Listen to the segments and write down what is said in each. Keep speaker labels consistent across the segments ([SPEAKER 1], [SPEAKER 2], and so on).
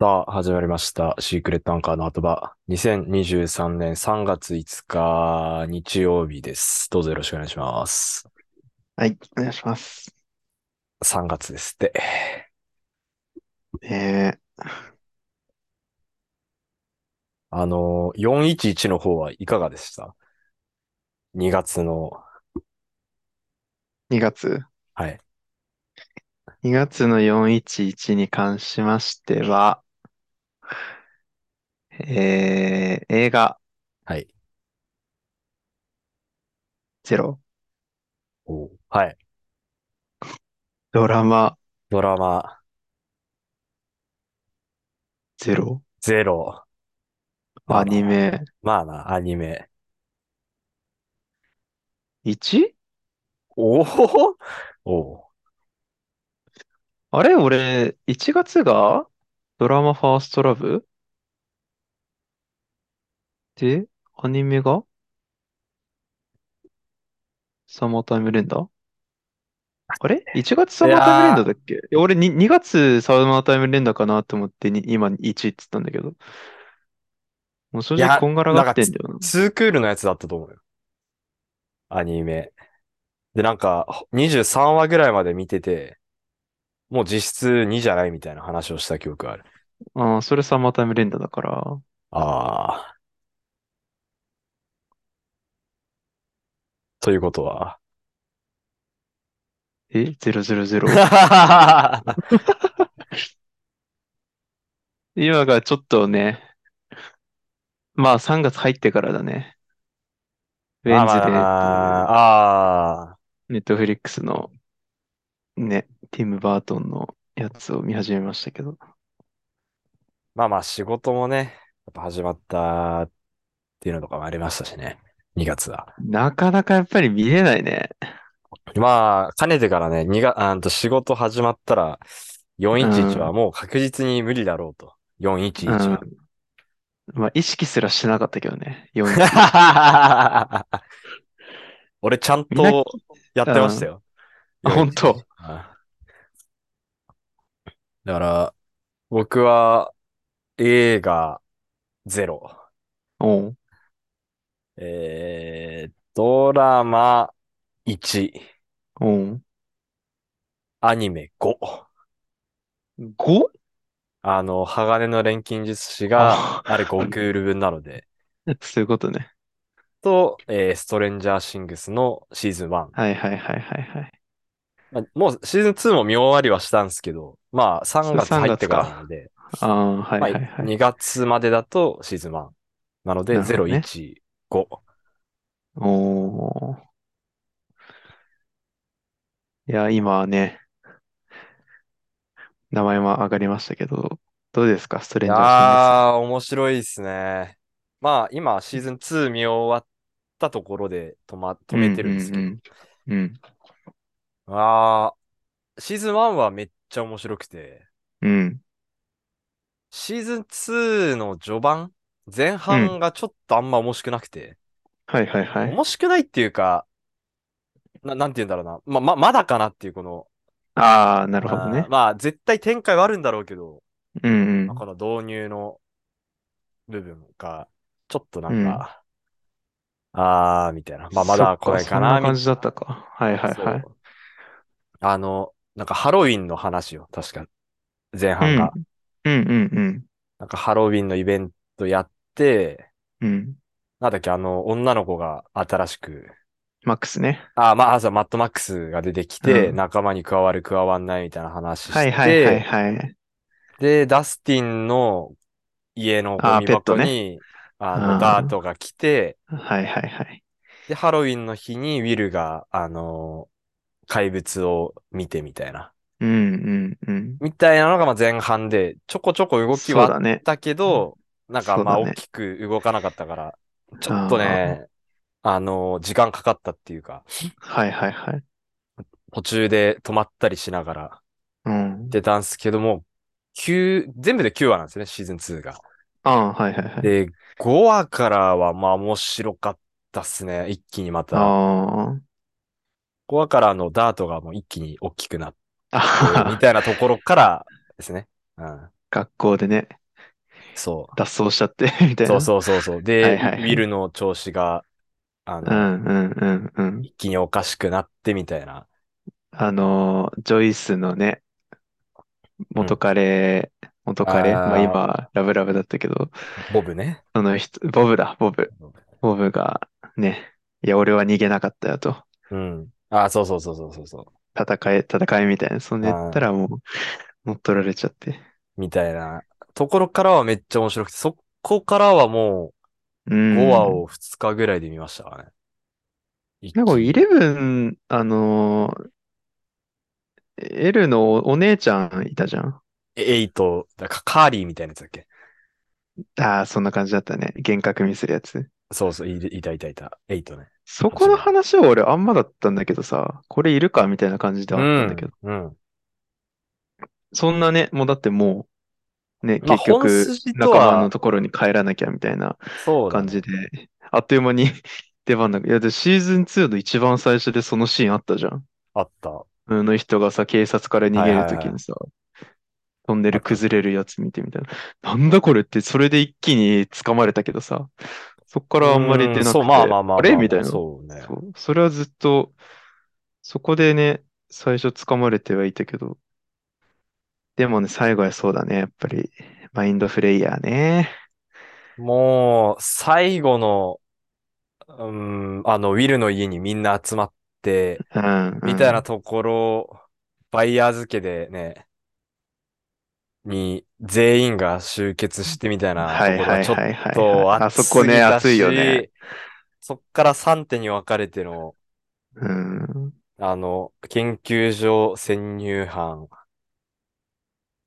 [SPEAKER 1] さあ、始まりました。シークレットアンカーの後場。2023年3月5日、日曜日です。どうぞよろしくお願いします。
[SPEAKER 2] はい、お願いします。
[SPEAKER 1] 3月ですって。
[SPEAKER 2] えー、
[SPEAKER 1] あの、411の方はいかがでした ?2 月の、
[SPEAKER 2] 2月
[SPEAKER 1] はい。
[SPEAKER 2] ?2 月の411に関しましては、えー、映画
[SPEAKER 1] はい。
[SPEAKER 2] ゼロ、
[SPEAKER 1] おはい。
[SPEAKER 2] ドラマ
[SPEAKER 1] ドラマ、
[SPEAKER 2] ゼロ、
[SPEAKER 1] ゼロ。ま
[SPEAKER 2] ア
[SPEAKER 1] あな、
[SPEAKER 2] ニメ
[SPEAKER 1] まあな、アニメ。
[SPEAKER 2] 1?
[SPEAKER 1] おおおう
[SPEAKER 2] あれ、俺、1月がドラマファーストラブで、アニメがサマータイム連打あれ ?1 月サマータイム連打だっけいや、俺に2月サマータイム連打かなと思ってに今1って言ったんだけど。もう正
[SPEAKER 1] い
[SPEAKER 2] 直
[SPEAKER 1] や、
[SPEAKER 2] こんがら
[SPEAKER 1] な
[SPEAKER 2] が
[SPEAKER 1] んか
[SPEAKER 2] って
[SPEAKER 1] ツ、
[SPEAKER 2] んだよな。
[SPEAKER 1] ツークールのやつだったと思うよ。アニメ。で、なんか、ほ23話ぐらいまで見てて、もう実質2じゃないみたいな話をした記憶がある。
[SPEAKER 2] ああ、それサマータイム連打だから。
[SPEAKER 1] ああ、ということは。
[SPEAKER 2] え ?000? 今がちょっとね、まあ3月入ってからだね。ウェ
[SPEAKER 1] あ
[SPEAKER 2] ンズデーっていう、
[SPEAKER 1] あ、ああ、
[SPEAKER 2] ネットフリックスのね、ティム・バートンのやつを見始めましたけど。
[SPEAKER 1] まあまあ仕事もね、やっぱ始まったっていうのとかもありましたしね。2月は。
[SPEAKER 2] なかなかやっぱり見れないね。
[SPEAKER 1] まあ、かねてからね、2が、あんと仕事始まったら、411
[SPEAKER 2] う
[SPEAKER 1] は
[SPEAKER 2] ん
[SPEAKER 1] もう確実に無理だろうと。
[SPEAKER 2] う
[SPEAKER 1] 411
[SPEAKER 2] ん。
[SPEAKER 1] は。
[SPEAKER 2] まあ意識すらしてなかったけどね。411。
[SPEAKER 1] 俺ちゃん
[SPEAKER 2] みんな、
[SPEAKER 1] とやってましたよ。
[SPEAKER 2] うん。本
[SPEAKER 1] 411。
[SPEAKER 2] 当。
[SPEAKER 1] あだから、僕は映画ゼロ。
[SPEAKER 2] おう。
[SPEAKER 1] えー、ドラマ1、
[SPEAKER 2] おう。
[SPEAKER 1] アニメ5。
[SPEAKER 2] 5?
[SPEAKER 1] あの、鋼の錬金術師が、
[SPEAKER 2] あ
[SPEAKER 1] あれ5
[SPEAKER 2] あ。
[SPEAKER 1] クール分なので、
[SPEAKER 2] そういうことね。
[SPEAKER 1] と、えーストレンジャーシングスのシーズン1。
[SPEAKER 2] はいはいはいはいはい。
[SPEAKER 1] まあもうシーズン2も見終わりはしたんですけど、まあ3
[SPEAKER 2] それ
[SPEAKER 1] 月
[SPEAKER 2] 3
[SPEAKER 1] 入って
[SPEAKER 2] 月
[SPEAKER 1] からな
[SPEAKER 2] か。
[SPEAKER 1] ので、
[SPEAKER 2] ああ、はい
[SPEAKER 1] まあ
[SPEAKER 2] はいはい。
[SPEAKER 1] 2月までだとシーズン1。なので、
[SPEAKER 2] なるほ
[SPEAKER 1] 0、
[SPEAKER 2] どね。
[SPEAKER 1] 1、5。
[SPEAKER 2] おー。いや、今はね、名前も上がりましたけど、どうですか、スト
[SPEAKER 1] い
[SPEAKER 2] レン
[SPEAKER 1] や
[SPEAKER 2] ジャーシング
[SPEAKER 1] ー、
[SPEAKER 2] ス。
[SPEAKER 1] 面白いですね。まあ、今、シーズン2見終わったところで止ま、止
[SPEAKER 2] う
[SPEAKER 1] め
[SPEAKER 2] ん
[SPEAKER 1] てるんですけど。
[SPEAKER 2] うんうん。
[SPEAKER 1] あー、シーズン1はめっちゃ面白くて、
[SPEAKER 2] うん。
[SPEAKER 1] シーズン2の序盤、前
[SPEAKER 2] うん。
[SPEAKER 1] 半がちょっとあんま面白くなくて、
[SPEAKER 2] はいはいはい。
[SPEAKER 1] 面白くないっていうか、な、なんて言うんだろうな。ま、ま、まだかなっていう、この、
[SPEAKER 2] ああ、なるほど
[SPEAKER 1] あー
[SPEAKER 2] ね。
[SPEAKER 1] まあ、絶対展開はあるんだろうけど、
[SPEAKER 2] う
[SPEAKER 1] まあこ
[SPEAKER 2] ん
[SPEAKER 1] の導入の部分が、ちょっとな
[SPEAKER 2] うんん。うん。
[SPEAKER 1] か、あー、みたいな。まあ、ま
[SPEAKER 2] そ
[SPEAKER 1] だ
[SPEAKER 2] っ
[SPEAKER 1] 来
[SPEAKER 2] か、
[SPEAKER 1] ないか
[SPEAKER 2] そんな
[SPEAKER 1] な、み
[SPEAKER 2] 感じ
[SPEAKER 1] た
[SPEAKER 2] だ
[SPEAKER 1] い
[SPEAKER 2] った
[SPEAKER 1] な。
[SPEAKER 2] か。はいはいはい。
[SPEAKER 1] そう。あの、なんかハロウィンの話を、確か、前
[SPEAKER 2] う
[SPEAKER 1] 半
[SPEAKER 2] ん。
[SPEAKER 1] が。
[SPEAKER 2] うんうん
[SPEAKER 1] なんかハロウィンのイベントやって、
[SPEAKER 2] うん。うん。
[SPEAKER 1] なんだっけ、あの、女の子が新しく、
[SPEAKER 2] マックスね。
[SPEAKER 1] あ、まあ、そうマッドマックスが出てき
[SPEAKER 2] う
[SPEAKER 1] て、
[SPEAKER 2] ん。
[SPEAKER 1] 仲間に加わる、加わんないみたいな話
[SPEAKER 2] は
[SPEAKER 1] し
[SPEAKER 2] いはいは
[SPEAKER 1] て、
[SPEAKER 2] いはい。
[SPEAKER 1] で、ダスティンの家のゴ
[SPEAKER 2] ああ、
[SPEAKER 1] ミ
[SPEAKER 2] ペット
[SPEAKER 1] 箱
[SPEAKER 2] ね。
[SPEAKER 1] に、あの、ダー
[SPEAKER 2] あ
[SPEAKER 1] トが来て、
[SPEAKER 2] あ、はいはいはい。
[SPEAKER 1] で、ハロウィンの日にウィルが、あの、怪物を見てみたいな。
[SPEAKER 2] うんうんうん。
[SPEAKER 1] みたいなのがまあ前半で、ちょこちょこ動き
[SPEAKER 2] そ
[SPEAKER 1] は
[SPEAKER 2] う
[SPEAKER 1] あっ
[SPEAKER 2] だね。
[SPEAKER 1] たけど、なんか
[SPEAKER 2] そう
[SPEAKER 1] まあ
[SPEAKER 2] だ
[SPEAKER 1] 大
[SPEAKER 2] ね。
[SPEAKER 1] きく動かなかったから、ちょっと
[SPEAKER 2] ああ、
[SPEAKER 1] ね、あの、時間かかったっていうか、
[SPEAKER 2] はいはいはい。
[SPEAKER 1] 途中で止まったりしながら
[SPEAKER 2] うん。
[SPEAKER 1] 出たんですけども、9、全部で9話なんですよね、シーズン2が。
[SPEAKER 2] ああ、はいはいはい。
[SPEAKER 1] で、5話からはまあ面白かったっすね、一気にまた。
[SPEAKER 2] あ
[SPEAKER 1] 5話からあの ダートがもう一気に大きくなって、み
[SPEAKER 2] あ、
[SPEAKER 1] たいなところからですね。うん。
[SPEAKER 2] 学校でね、
[SPEAKER 1] そ
[SPEAKER 2] 脱走しちゃって、 みた
[SPEAKER 1] う。
[SPEAKER 2] い
[SPEAKER 1] そ
[SPEAKER 2] な。
[SPEAKER 1] うそうそうそう。
[SPEAKER 2] は
[SPEAKER 1] で
[SPEAKER 2] いはいはい、
[SPEAKER 1] ウィルの調子が、あ
[SPEAKER 2] う
[SPEAKER 1] の、
[SPEAKER 2] んうんうんうん。
[SPEAKER 1] 一気におかしくなってみたいな。
[SPEAKER 2] あのー、ジョイスのね、元彼、元彼、まあ
[SPEAKER 1] あー
[SPEAKER 2] 今、ラブラブだったけど、
[SPEAKER 1] ボブね。
[SPEAKER 2] その人、ボブだ、ボブ。ボブが、ね、いや、俺は逃げなかったよと。
[SPEAKER 1] うん。あ、そうそうそうそうそうそう。
[SPEAKER 2] 戦い、戦いみたいな。そんで言ったらもう、乗っ取られちゃって。
[SPEAKER 1] みたいなところからはめっちゃ面白くて、そこからはもう、
[SPEAKER 2] うん。
[SPEAKER 1] 5話を2日ぐらいで見ましたからね。一
[SPEAKER 2] なんか、
[SPEAKER 1] 気に
[SPEAKER 2] イレブン、あのー、エルのお姉ちゃんいたじゃん。
[SPEAKER 1] エイト、だからカーリーみたいなやつだっけ
[SPEAKER 2] ああ、そんな感じだったね。幻覚見するやつ。
[SPEAKER 1] そうそう、いいたいたいた。エイトね。
[SPEAKER 2] そこの話は俺あんまだったんだけどさ、これいるかみたいな感じではあったんだけど。
[SPEAKER 1] うん。うん。
[SPEAKER 2] そんなね、もうだってもう、ね、
[SPEAKER 1] まあ
[SPEAKER 2] 結局
[SPEAKER 1] 本筋と
[SPEAKER 2] 仲
[SPEAKER 1] は
[SPEAKER 2] 間のところに帰らなきゃみたいな
[SPEAKER 1] そうだね
[SPEAKER 2] 感じで、あっという間に 出番なく、いやでシーズン2の一番最初でそのシーンあったじゃん。
[SPEAKER 1] あった。
[SPEAKER 2] あの人がさ、警察から逃げるときにさ、トンネル崩れるやつ見てみたいな。なんだこれって、それで一気に掴まれたけどさ、そっからあんまり出なく
[SPEAKER 1] う
[SPEAKER 2] て、
[SPEAKER 1] そう、まあまあまあまあまあ。
[SPEAKER 2] あれみたいな。
[SPEAKER 1] そうね。
[SPEAKER 2] そう、それはずっと、そこでね、最初掴まれてはいたけど、でもね、最後はそうだね、やっぱり、マインドフレイヤーね。
[SPEAKER 1] もう、最後の、うん、あの、ウィルの家にみんな集まって、
[SPEAKER 2] うん、
[SPEAKER 1] みたいなところ、バイヤー付けでね、に、全員が集結してみたい
[SPEAKER 2] うん。
[SPEAKER 1] なと
[SPEAKER 2] は
[SPEAKER 1] こ
[SPEAKER 2] い
[SPEAKER 1] ろ
[SPEAKER 2] は
[SPEAKER 1] が
[SPEAKER 2] い
[SPEAKER 1] ちょっ
[SPEAKER 2] はいはい
[SPEAKER 1] と
[SPEAKER 2] はい。あ
[SPEAKER 1] 熱
[SPEAKER 2] そ
[SPEAKER 1] す
[SPEAKER 2] こ
[SPEAKER 1] ぎ
[SPEAKER 2] ね、
[SPEAKER 1] た
[SPEAKER 2] 熱いよ
[SPEAKER 1] し、
[SPEAKER 2] ね。
[SPEAKER 1] そっから3手に分かれての、
[SPEAKER 2] うん。
[SPEAKER 1] あの、研究所潜入班、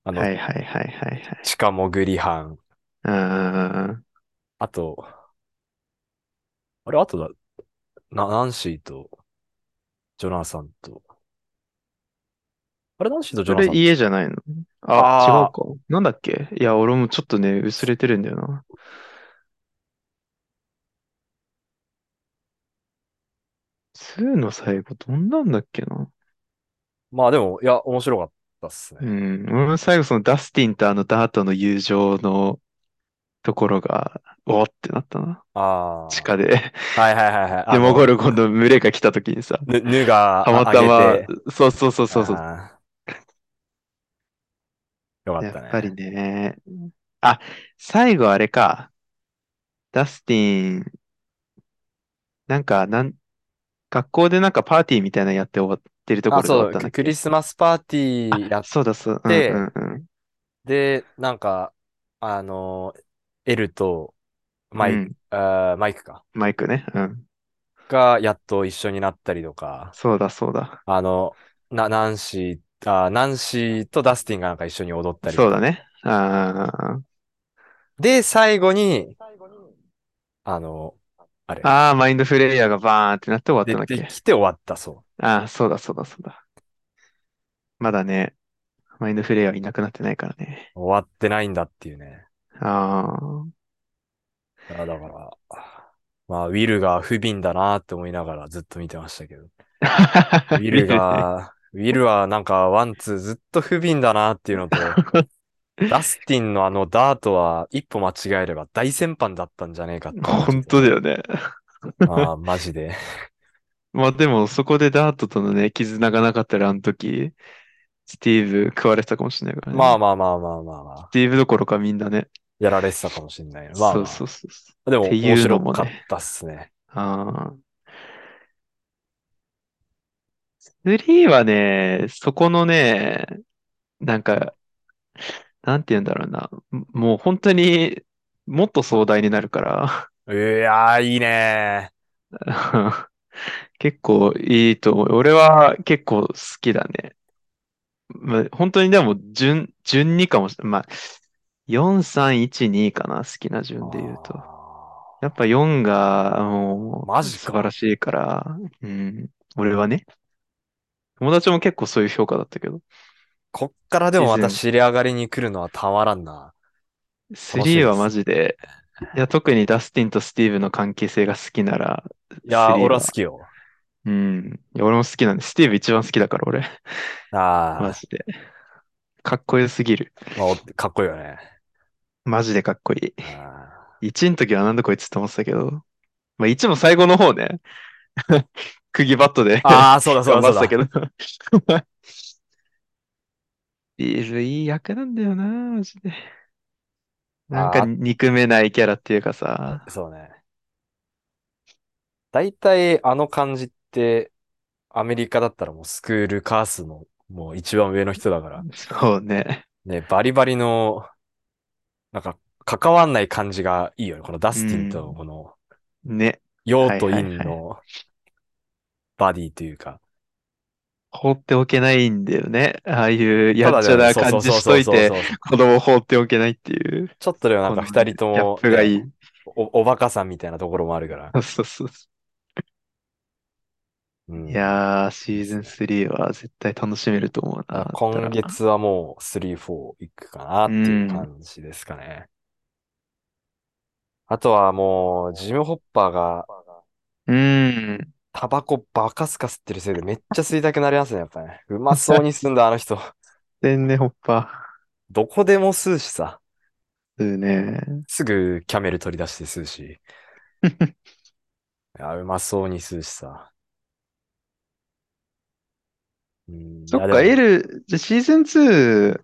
[SPEAKER 1] あの
[SPEAKER 2] は、いはいはいはいはい。
[SPEAKER 1] 地下潜り班、
[SPEAKER 2] うん。
[SPEAKER 1] あと、あれ、あとだ、な、ナンシーと、ジョナサンと、あれ、ナンシーとジ
[SPEAKER 2] そ
[SPEAKER 1] ョナ
[SPEAKER 2] れ
[SPEAKER 1] サン
[SPEAKER 2] 家じゃないの
[SPEAKER 1] あ
[SPEAKER 2] あ、違うか。なんだっけいや、俺もちょっとね、薄れてるんだよな。2の最後、どんなんだっけな。
[SPEAKER 1] まあでも、いや、面白かったっす
[SPEAKER 2] う
[SPEAKER 1] ね。
[SPEAKER 2] ん。俺も最後、そのダスティンとあのダートの友情のところが、おーってなったな。
[SPEAKER 1] ああ。
[SPEAKER 2] 地下で。
[SPEAKER 1] はいはいはいはい。
[SPEAKER 2] でモゴ
[SPEAKER 1] ル。
[SPEAKER 2] ルゴンの群れが来た時にさ、
[SPEAKER 1] ぬ、ぬが、
[SPEAKER 2] たまた
[SPEAKER 1] あ
[SPEAKER 2] ま
[SPEAKER 1] げて、
[SPEAKER 2] そうそうそうそうそう。
[SPEAKER 1] あーよか
[SPEAKER 2] や
[SPEAKER 1] ったね。
[SPEAKER 2] っぱりね。あ、最後あれか。ダスティン、なんか、なん、学校でなんかパーティーみたいなのやって終わってるとこ
[SPEAKER 1] あ、
[SPEAKER 2] ろで終わ
[SPEAKER 1] そう、
[SPEAKER 2] ったんだっ
[SPEAKER 1] ク
[SPEAKER 2] け
[SPEAKER 1] リスマスパーティーやっ
[SPEAKER 2] そうだそう、うん
[SPEAKER 1] で
[SPEAKER 2] うんうん。
[SPEAKER 1] て、なんか、あの、エルとマイ
[SPEAKER 2] う
[SPEAKER 1] ク、
[SPEAKER 2] ん
[SPEAKER 1] あーマイクか。
[SPEAKER 2] マイクね。うん。
[SPEAKER 1] が、やっと一緒になったりとか、
[SPEAKER 2] そうだそうだ。
[SPEAKER 1] あの、な、ナンシー、あー、ナンシーとダスティンがなんか一緒に踊ったりと
[SPEAKER 2] そう
[SPEAKER 1] か。
[SPEAKER 2] だね。あ
[SPEAKER 1] で、最後に、あの、あれ
[SPEAKER 2] あ、、ああ、マインドフレイヤーがバーンってなって終わったんだっ
[SPEAKER 1] 出て
[SPEAKER 2] け。
[SPEAKER 1] きて終わった、そう。
[SPEAKER 2] ああ、そうだそうだそうだ。まだね、マインドフレイヤーはいなくなってないからね。
[SPEAKER 1] 終わってないんだっていうね。
[SPEAKER 2] あ
[SPEAKER 1] いやだから、まあ、ウィルが不憫だなって思いながらずっと見てま したけど。ウ
[SPEAKER 2] あ。
[SPEAKER 1] ィル
[SPEAKER 2] ね
[SPEAKER 1] が、ウィルはなんかワンツーずっと不憫だなっていう のと、ダスティンのあのダートは一歩間違えれば大先輩だったんじゃねえかって思って。
[SPEAKER 2] 本当だよね。
[SPEAKER 1] まあ、マジで。
[SPEAKER 2] まあでも、そこでダートとのね、絆がなかったら、あの時、スティーブ食われてたかもしれないからね。
[SPEAKER 1] まあまあまあまあまあまあ
[SPEAKER 2] ス、ティーブどころかみんなね。
[SPEAKER 1] やられてたかもしれないな。まあまあ、
[SPEAKER 2] そうそうそうそう。
[SPEAKER 1] でも
[SPEAKER 2] ってい
[SPEAKER 1] 面
[SPEAKER 2] うの
[SPEAKER 1] 白
[SPEAKER 2] もね
[SPEAKER 1] かったっすね。
[SPEAKER 2] ああ。3はね、そこのね、なんか、なんて言うんだろうな。もう本当にもっと壮大になるか
[SPEAKER 1] いやー、いいね
[SPEAKER 2] ら、 結構いいと思う。俺は結構好きだね。まあ、本当にでも順、順にかもしれない。まあ、4、3、1、2かな。好きな順で言うと。
[SPEAKER 1] あ
[SPEAKER 2] やっぱ4が、もう、
[SPEAKER 1] マジか
[SPEAKER 2] 素晴らしいから、うん、俺はね。友達も結構そういう評価だったけど、
[SPEAKER 1] ーこっからでもま
[SPEAKER 2] 以
[SPEAKER 1] た
[SPEAKER 2] 前
[SPEAKER 1] 知り上がりに来るのはたまらんな。しいです
[SPEAKER 2] 3はマジで、いや、特にダスティンとスティーブの関係性が好きなら、
[SPEAKER 1] いやー、
[SPEAKER 2] 3
[SPEAKER 1] 俺は
[SPEAKER 2] は
[SPEAKER 1] 好きよ。
[SPEAKER 2] うん、いや俺も好きなんで、スティーブ一番好きだから、俺、
[SPEAKER 1] ああ、
[SPEAKER 2] マジで。かっこよすぎる。
[SPEAKER 1] まあおかっこいいよね。
[SPEAKER 2] マジでかっこい
[SPEAKER 1] あ
[SPEAKER 2] い。1の時はなんだこいつって思ってたけど。まあ1も最後の方ね。 釘バットで
[SPEAKER 1] ーあー、そうだそう
[SPEAKER 2] 頑
[SPEAKER 1] だそ
[SPEAKER 2] 張っ
[SPEAKER 1] う
[SPEAKER 2] て
[SPEAKER 1] だ。
[SPEAKER 2] たけど。 ビールいい役なんだよな、マジで。なん
[SPEAKER 1] あ
[SPEAKER 2] か
[SPEAKER 1] ー
[SPEAKER 2] 憎めないキャラっていうかさ。
[SPEAKER 1] そうね。大体あの感じって、アメリカだったらもうスクールカースのもう一番上の人だから、
[SPEAKER 2] そうね。
[SPEAKER 1] ね、バリバリの、なんか関わんない感じがいいよね。このダスティン
[SPEAKER 2] う
[SPEAKER 1] と
[SPEAKER 2] ん
[SPEAKER 1] この
[SPEAKER 2] ね。
[SPEAKER 1] 陽と陰
[SPEAKER 2] はいはい
[SPEAKER 1] のバディというか。
[SPEAKER 2] 放っておけないんだよね。ああいうやっちゃ
[SPEAKER 1] ただ
[SPEAKER 2] な
[SPEAKER 1] そう
[SPEAKER 2] 感
[SPEAKER 1] そう
[SPEAKER 2] じ
[SPEAKER 1] そう
[SPEAKER 2] し
[SPEAKER 1] そ
[SPEAKER 2] と
[SPEAKER 1] う
[SPEAKER 2] い
[SPEAKER 1] そう
[SPEAKER 2] て、
[SPEAKER 1] そうそう
[SPEAKER 2] 子供を放っておけないっていう。
[SPEAKER 1] ちょっとでもなんか
[SPEAKER 2] この
[SPEAKER 1] 二人と
[SPEAKER 2] ギャッ
[SPEAKER 1] も、
[SPEAKER 2] プがい
[SPEAKER 1] ね
[SPEAKER 2] い。
[SPEAKER 1] お、おバカさんみたいなところもあるから。
[SPEAKER 2] そうそうそう。
[SPEAKER 1] う
[SPEAKER 2] い
[SPEAKER 1] ん。
[SPEAKER 2] やー、シーズン3は絶対楽しめると思うな。だった
[SPEAKER 1] 今
[SPEAKER 2] ら。
[SPEAKER 1] 月はもう3、4いくかなっていう感じですかね。あとはもう、ジム・ホッパーが
[SPEAKER 2] うーん。
[SPEAKER 1] タバコバカスカ吸ってるせいでめっちゃ吸いたくなりますね、やっぱね。うまそうに吸うんだ、あの人。
[SPEAKER 2] 天然ホッパ
[SPEAKER 1] どこでも吸うしさ。
[SPEAKER 2] ー。そうね。
[SPEAKER 1] すぐキャメル取り出して吸うし。いやうまそうに吸うしさ。うん、
[SPEAKER 2] そっ
[SPEAKER 1] いや
[SPEAKER 2] か、
[SPEAKER 1] でも
[SPEAKER 2] L、じゃあシーズン2、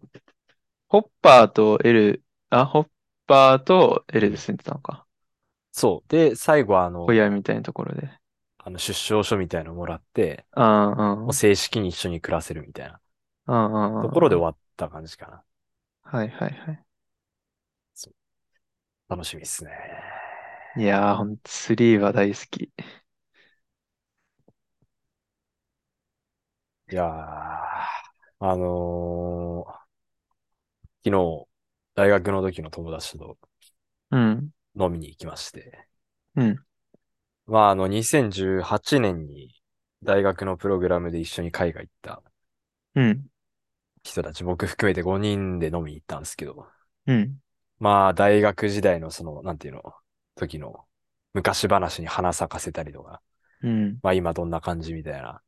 [SPEAKER 2] ホッパーと L、あ、ホッパーと L で住んでたのか。
[SPEAKER 1] そう。で、最後はあの
[SPEAKER 2] 小、屋みたいなところで。
[SPEAKER 1] あの出生書みたいのもらって、
[SPEAKER 2] あん
[SPEAKER 1] もう正式に一緒に暮らせるみたいな
[SPEAKER 2] あん、あ
[SPEAKER 1] ところで
[SPEAKER 2] ん
[SPEAKER 1] 終わった感じかな。
[SPEAKER 2] はいはいは
[SPEAKER 1] 楽しみですね。
[SPEAKER 2] い。いやー、ほんと3は大好き。
[SPEAKER 1] いやー、あのー昨日、大学の時の友達と
[SPEAKER 2] うん。
[SPEAKER 1] 飲みに行きまして、
[SPEAKER 2] うん。
[SPEAKER 1] まあ、あの、2018年に大学のプログラムで一緒に海外行った
[SPEAKER 2] うん。
[SPEAKER 1] 人たち、僕含めて5人で飲みに行ったんですけど、
[SPEAKER 2] うん。
[SPEAKER 1] まあ、大学時代のその、なんていうの、時の昔話に花咲かせたりとか、
[SPEAKER 2] うん。
[SPEAKER 1] まあ今どんな感じみたいな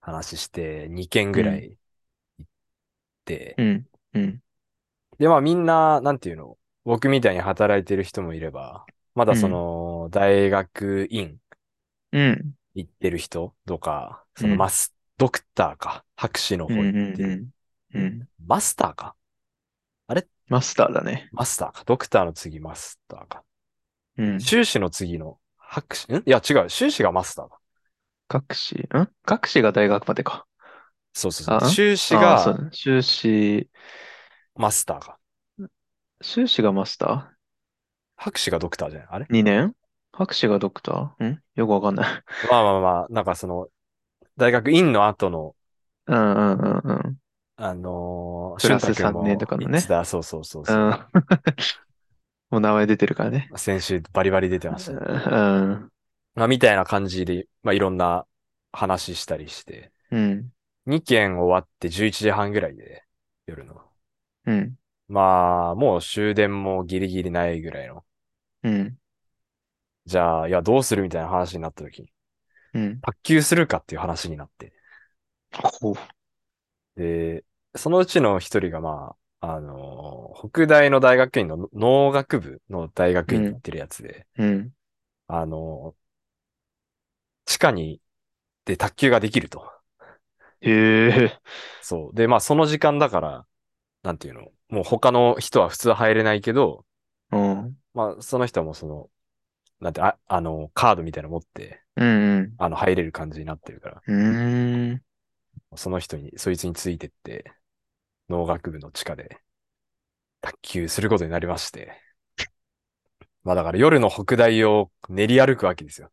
[SPEAKER 1] 話して、2件ぐらい行って、
[SPEAKER 2] うん。うん。
[SPEAKER 1] で、まあみんな、なんていうの、僕みたいに働いてる人もいれば、まだその、大学院
[SPEAKER 2] うん。
[SPEAKER 1] 行ってる人とか、
[SPEAKER 2] うん
[SPEAKER 1] そのマス、ドクターか、博士の
[SPEAKER 2] う
[SPEAKER 1] 方
[SPEAKER 2] ん。う
[SPEAKER 1] 行ってる、
[SPEAKER 2] ん。うん。
[SPEAKER 1] マスターか、
[SPEAKER 2] マスターだね。
[SPEAKER 1] マスターか、ドクターの次マスターか、
[SPEAKER 2] うん。
[SPEAKER 1] 修士の次の博士、んいや違う、修士がマスターだ。
[SPEAKER 2] 学士、ん学士が大学までか。
[SPEAKER 1] そうそうそ
[SPEAKER 2] あ
[SPEAKER 1] う、
[SPEAKER 2] ん
[SPEAKER 1] 修士
[SPEAKER 2] ああ、そう
[SPEAKER 1] が
[SPEAKER 2] だね。修士、
[SPEAKER 1] マスターか、
[SPEAKER 2] 修士がマスタ
[SPEAKER 1] 博士がドクターじゃないあれ
[SPEAKER 2] ー ?2 年博士がドクターんよくわかんない。
[SPEAKER 1] まあまあまあ、なんかその、大学院の後の、
[SPEAKER 2] うんうんうんうん。
[SPEAKER 1] あのー、
[SPEAKER 2] プラス
[SPEAKER 1] 俊太君も
[SPEAKER 2] 3年とかのね
[SPEAKER 1] いつだ、そうそうそう
[SPEAKER 2] う
[SPEAKER 1] そ
[SPEAKER 2] ん
[SPEAKER 1] う。
[SPEAKER 2] もう名前出てるからね。
[SPEAKER 1] 先週バリバリ出てまし
[SPEAKER 2] う
[SPEAKER 1] たね。
[SPEAKER 2] ん。
[SPEAKER 1] まあ、みたいな感じで、まあ、いろんな話したりして、
[SPEAKER 2] うん。
[SPEAKER 1] 2件終わって11時半ぐらいで、夜の。
[SPEAKER 2] うん。
[SPEAKER 1] まあ、もう終電もギリギリないぐらいの。
[SPEAKER 2] うん。
[SPEAKER 1] じゃあ、いや、どうするみたいな話になった時に、
[SPEAKER 2] うん。
[SPEAKER 1] 卓球するかっていう話になって。
[SPEAKER 2] ほう。
[SPEAKER 1] で、そのうちの一人が、まあ、あのー北大の大学院の農学部の大学院に行ってるやつで、
[SPEAKER 2] うん。
[SPEAKER 1] あのー地下に、で、卓球ができると。
[SPEAKER 2] へえ。
[SPEAKER 1] そう。で、まあ、その時間だから、なんていうの、もう他の人は普通入れないけど、
[SPEAKER 2] うん。うん
[SPEAKER 1] まあ、その人はもうその、なんて、あ、あの、カードみたいなの持って、
[SPEAKER 2] うん。
[SPEAKER 1] あの、入れる感じになってるから、
[SPEAKER 2] うーん。
[SPEAKER 1] その人に、そいつについてって、農学部の地下で、卓球することになりまして。まあ、だから夜の北大を練り歩くわけですよ。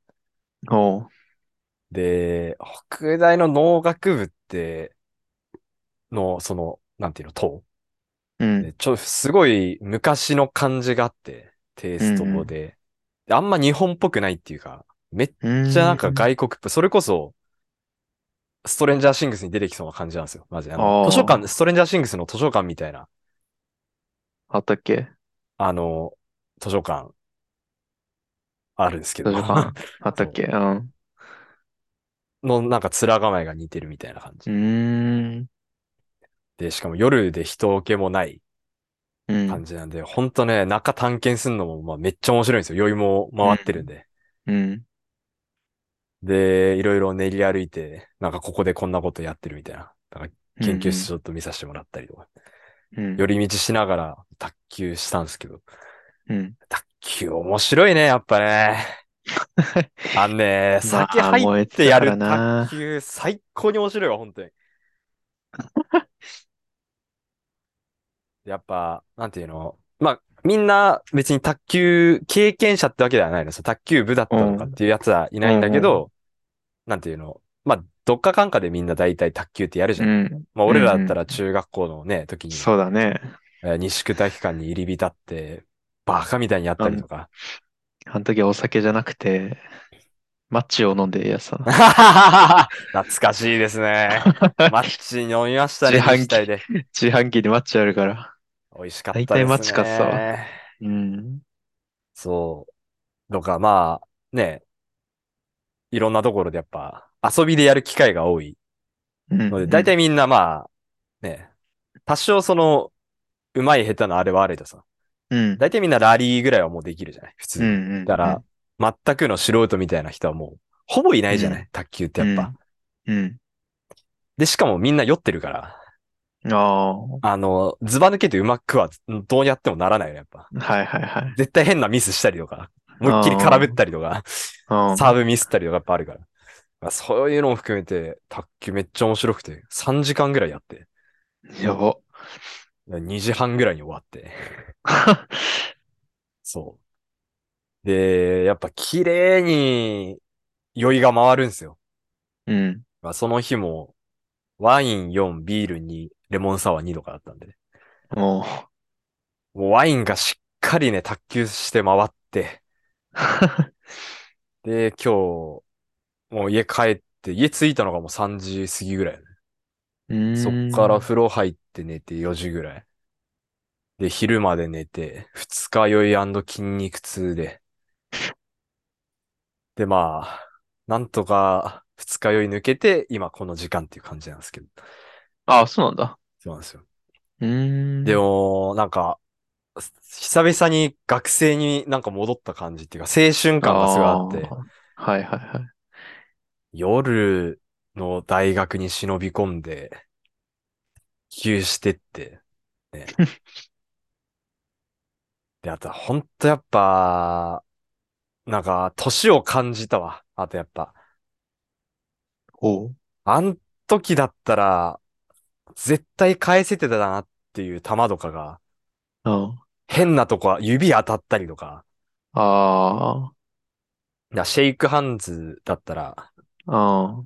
[SPEAKER 2] ほう。
[SPEAKER 1] で、北大の農学部って、の、その、なんていうの、党
[SPEAKER 2] う
[SPEAKER 1] で
[SPEAKER 2] ん。
[SPEAKER 1] ちょ、すごい昔の感じがあって、テイスト語で。であんま日本っぽくないっていうか、めっ
[SPEAKER 2] うーん。
[SPEAKER 1] ちゃなんか外国っぽい。それこそ、ストレンジャーシングスに出てきそうな感じなんですよ。マジで。あの
[SPEAKER 2] あー
[SPEAKER 1] 図書館、ストレンジャーシングスの図書館みたいな、
[SPEAKER 2] あったっけ
[SPEAKER 1] あの、図書館、あるんですけ
[SPEAKER 2] 図
[SPEAKER 1] ど、
[SPEAKER 2] 書 館あったっけうん。
[SPEAKER 1] のなんか面構えが似てるみたいな感
[SPEAKER 2] う
[SPEAKER 1] じ。
[SPEAKER 2] ーん。
[SPEAKER 1] で、しかも夜で人気もない
[SPEAKER 2] うん。
[SPEAKER 1] 感じなんで、ほんとね、中探検すんのも、まあ、めっちゃ面白いんですよ。酔いも回ってるんで。
[SPEAKER 2] うん。
[SPEAKER 1] で、いろいろ練り歩いて、なんかここでこんなことやってるみたいな。だから研究室ちょっと見させてもらったりとか。
[SPEAKER 2] うん。
[SPEAKER 1] 寄り道しながら卓球したんですけど。
[SPEAKER 2] うん。
[SPEAKER 1] 卓球面白いね、やっぱ ね。あんね、
[SPEAKER 2] まあ
[SPEAKER 1] 酒入ってやる
[SPEAKER 2] 燃えてたからな
[SPEAKER 1] 卓球最高に面白いわ、本当に。やっぱ、なんていうのまあ、みんな別に卓球経験者ってわけではないのさ。卓球部だったとかっていうやつはいないんだけ
[SPEAKER 2] うんうん
[SPEAKER 1] ど、なんていうのまあ、どっかかんかでみんな大体卓球ってやるじ
[SPEAKER 2] う
[SPEAKER 1] ゃん。
[SPEAKER 2] ん。
[SPEAKER 1] まあ、俺らだったら中学校のね、時に、
[SPEAKER 2] そうだね。
[SPEAKER 1] えー西区体育館に入り浸って、バカみたいにやったりとか。
[SPEAKER 2] あの時はお酒じゃなくて、マッチを飲んでや さ。
[SPEAKER 1] 懐かしいです ね。マッチ飲みましたね、
[SPEAKER 2] 自販機
[SPEAKER 1] 自治体で。
[SPEAKER 2] 自販機にマッチあるから。
[SPEAKER 1] 美味しかったですね。
[SPEAKER 2] 大体マッチ買ってたわうん。
[SPEAKER 1] そう。とか、まあ、ね、いろんなところでやっぱ遊びでやる機会が多い
[SPEAKER 2] うん。
[SPEAKER 1] ので、大体みんなまあ、ね、多少その、うまい下手のあれはあれださ。
[SPEAKER 2] うん。
[SPEAKER 1] 大体みんなラリーぐらいはもうできるじゃない普通
[SPEAKER 2] う
[SPEAKER 1] に。
[SPEAKER 2] ん。うん。
[SPEAKER 1] だから、全くの素人みたいな人はもう、ほぼいないじゃない、
[SPEAKER 2] う
[SPEAKER 1] 卓球ってやっぱ。
[SPEAKER 2] うん。
[SPEAKER 1] で、しかもみんな酔ってるから。
[SPEAKER 2] うん。ああ。
[SPEAKER 1] あの、ずば抜けてうまくは、どうやってもならないよね、やっぱ。
[SPEAKER 2] はいはいはい。
[SPEAKER 1] 絶対変なミスしたりとか、思いっきり空振ったりとか、
[SPEAKER 2] うん。
[SPEAKER 1] サーブミスったりとかやっぱあるから。まあ、そういうのも含めて、卓球めっちゃ面白くて、3時間ぐらいやって、
[SPEAKER 2] やば。
[SPEAKER 1] 2時半ぐらいに終わって、そう。で、やっぱ綺麗に酔いが回るんですよ。
[SPEAKER 2] うん。
[SPEAKER 1] まあ、その日も、ワイン4、ビール2、レモンサワー2とかだったんで、
[SPEAKER 2] も
[SPEAKER 1] もうワインがしっかりね、卓球して回って、
[SPEAKER 2] う。
[SPEAKER 1] で、今日、もう家帰って、家着いたのがもう3時過ぎぐらいだね。
[SPEAKER 2] う ん
[SPEAKER 1] そっから風呂入って寝て4時ぐらい。で、昼まで寝て、二日酔い筋肉痛で。で、まあ、なんとか二日酔い抜けて、今この時間っていう感じなんですけど。
[SPEAKER 2] あ、そうなんだ。
[SPEAKER 1] そうなんですよ。
[SPEAKER 2] うーん。
[SPEAKER 1] でも、なんか、久々に学生になんか戻った感じっていうか、青春感がすごいあって。
[SPEAKER 2] ーはいはいはい。
[SPEAKER 1] 夜の大学に忍び込んで、普及してって、ね。で、あとは、ほんとやっぱ、なんか、年を感じたわ。あとやっぱ、
[SPEAKER 2] おう。
[SPEAKER 1] あん時だったら、絶対返せてたなっていう球とかが、
[SPEAKER 2] うん。
[SPEAKER 1] 変なとこは指当たったりとか、
[SPEAKER 2] あ
[SPEAKER 1] だからシェイクハンズだったら、
[SPEAKER 2] あ。あ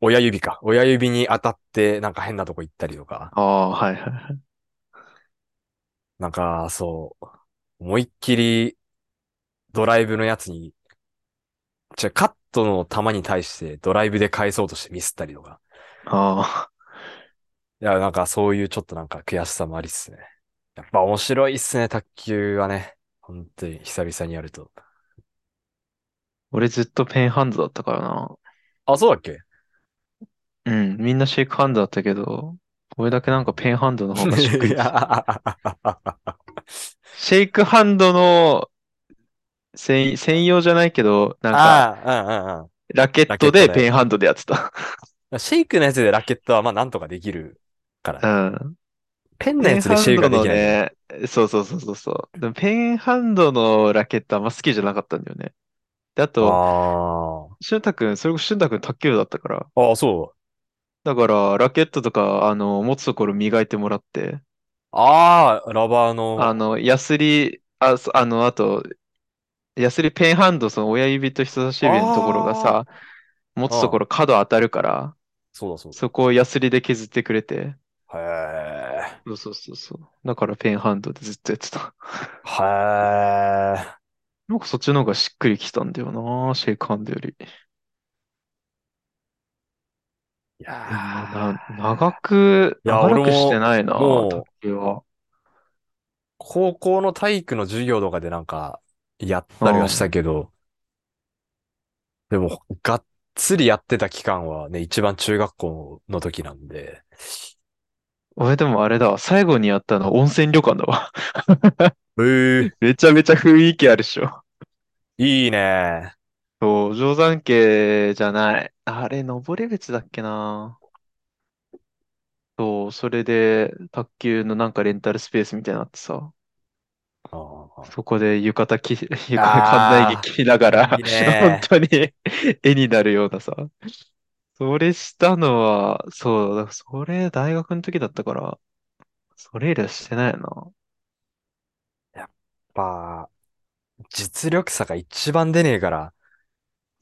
[SPEAKER 1] 親指か。親指に当たって、なんか変なとこ行ったりとか。
[SPEAKER 2] あ。ああ、はいはいはい。
[SPEAKER 1] なんか、そう、思いっきりドライブのやつに、じゃあカットの球に対してドライブで返そうとしてミスったりとか。
[SPEAKER 2] あ
[SPEAKER 1] いや、なんかそういうちょっとなんか悔しさもありっすね。やっぱ面白いっすね、卓球はね。本当に久々にやると。
[SPEAKER 2] 俺ずっとペンハンズだったからな。
[SPEAKER 1] あ、そうだっ け
[SPEAKER 2] うん。みんなシェイクハンドだったけど、俺だけなんかペンハンドの方 がしっくり
[SPEAKER 1] いや
[SPEAKER 2] シェイクハンドの専、専用じゃないけど、なんか、
[SPEAKER 1] ああ、うんうんうん
[SPEAKER 2] ラケット
[SPEAKER 1] ラ
[SPEAKER 2] で
[SPEAKER 1] ケットで
[SPEAKER 2] ペンハンドでやってた。
[SPEAKER 1] シェイクのやつでラケットはまあなんとかできるから
[SPEAKER 2] う
[SPEAKER 1] ね。
[SPEAKER 2] ん。
[SPEAKER 1] ペンのやつでシェイクができない。
[SPEAKER 2] ペンハンドのね、そうそうそうそうそう。でもペンハンドのラケットあんま好きじゃなかったんだよね。で、あと、
[SPEAKER 1] あ
[SPEAKER 2] 俊太くん、それこそ俊太くん卓球部だったから。
[SPEAKER 1] あ。ああ、そう。
[SPEAKER 2] だから、ラケットとか、あの、持つところ磨いてもらって、
[SPEAKER 1] ああ、ラバーの。
[SPEAKER 2] あの、ヤスリ、あ、そあの、あと、ヤスリペンハンド、その親指と人差し指のところがさ、持つところ角当たるから、
[SPEAKER 1] そうだそうだ。
[SPEAKER 2] そこをヤスリで削ってくれて、
[SPEAKER 1] へえ。
[SPEAKER 2] そうそうそうそう。だからペンハンドでずっとやってた。
[SPEAKER 1] へえ。
[SPEAKER 2] なんかそっちの方がしっくりきたんだよな、シェイクハンドより。
[SPEAKER 1] い
[SPEAKER 2] いや
[SPEAKER 1] や
[SPEAKER 2] ーな、長く、
[SPEAKER 1] いや
[SPEAKER 2] 長らく
[SPEAKER 1] 俺も
[SPEAKER 2] してないな、
[SPEAKER 1] もう
[SPEAKER 2] 卓球は。
[SPEAKER 1] 高校の体育の授業とかでなんか、やったりはしたけど、でも、がっつりやってた期間はね、一番中学校の時なんで、
[SPEAKER 2] 俺でもあれだわ。最後にやったの温泉旅館だわ。
[SPEAKER 1] えー、
[SPEAKER 2] めちゃめちゃ雰囲気あるっしょ。
[SPEAKER 1] いいね。
[SPEAKER 2] そう、定山渓じゃない。あれ、登別だっけな。そう、それで、卓球のなんかレンタルスペースみたいになってさ、
[SPEAKER 1] あー
[SPEAKER 2] そこで浴衣着、 浴衣館内
[SPEAKER 1] あー
[SPEAKER 2] 着着ながら、
[SPEAKER 1] いいね
[SPEAKER 2] 本当に 絵になるようなさ。それしたのは、そうだ、だからそれ大学の時だったから、それ以来してないな。
[SPEAKER 1] やっぱ、実力差が一番出ねえから、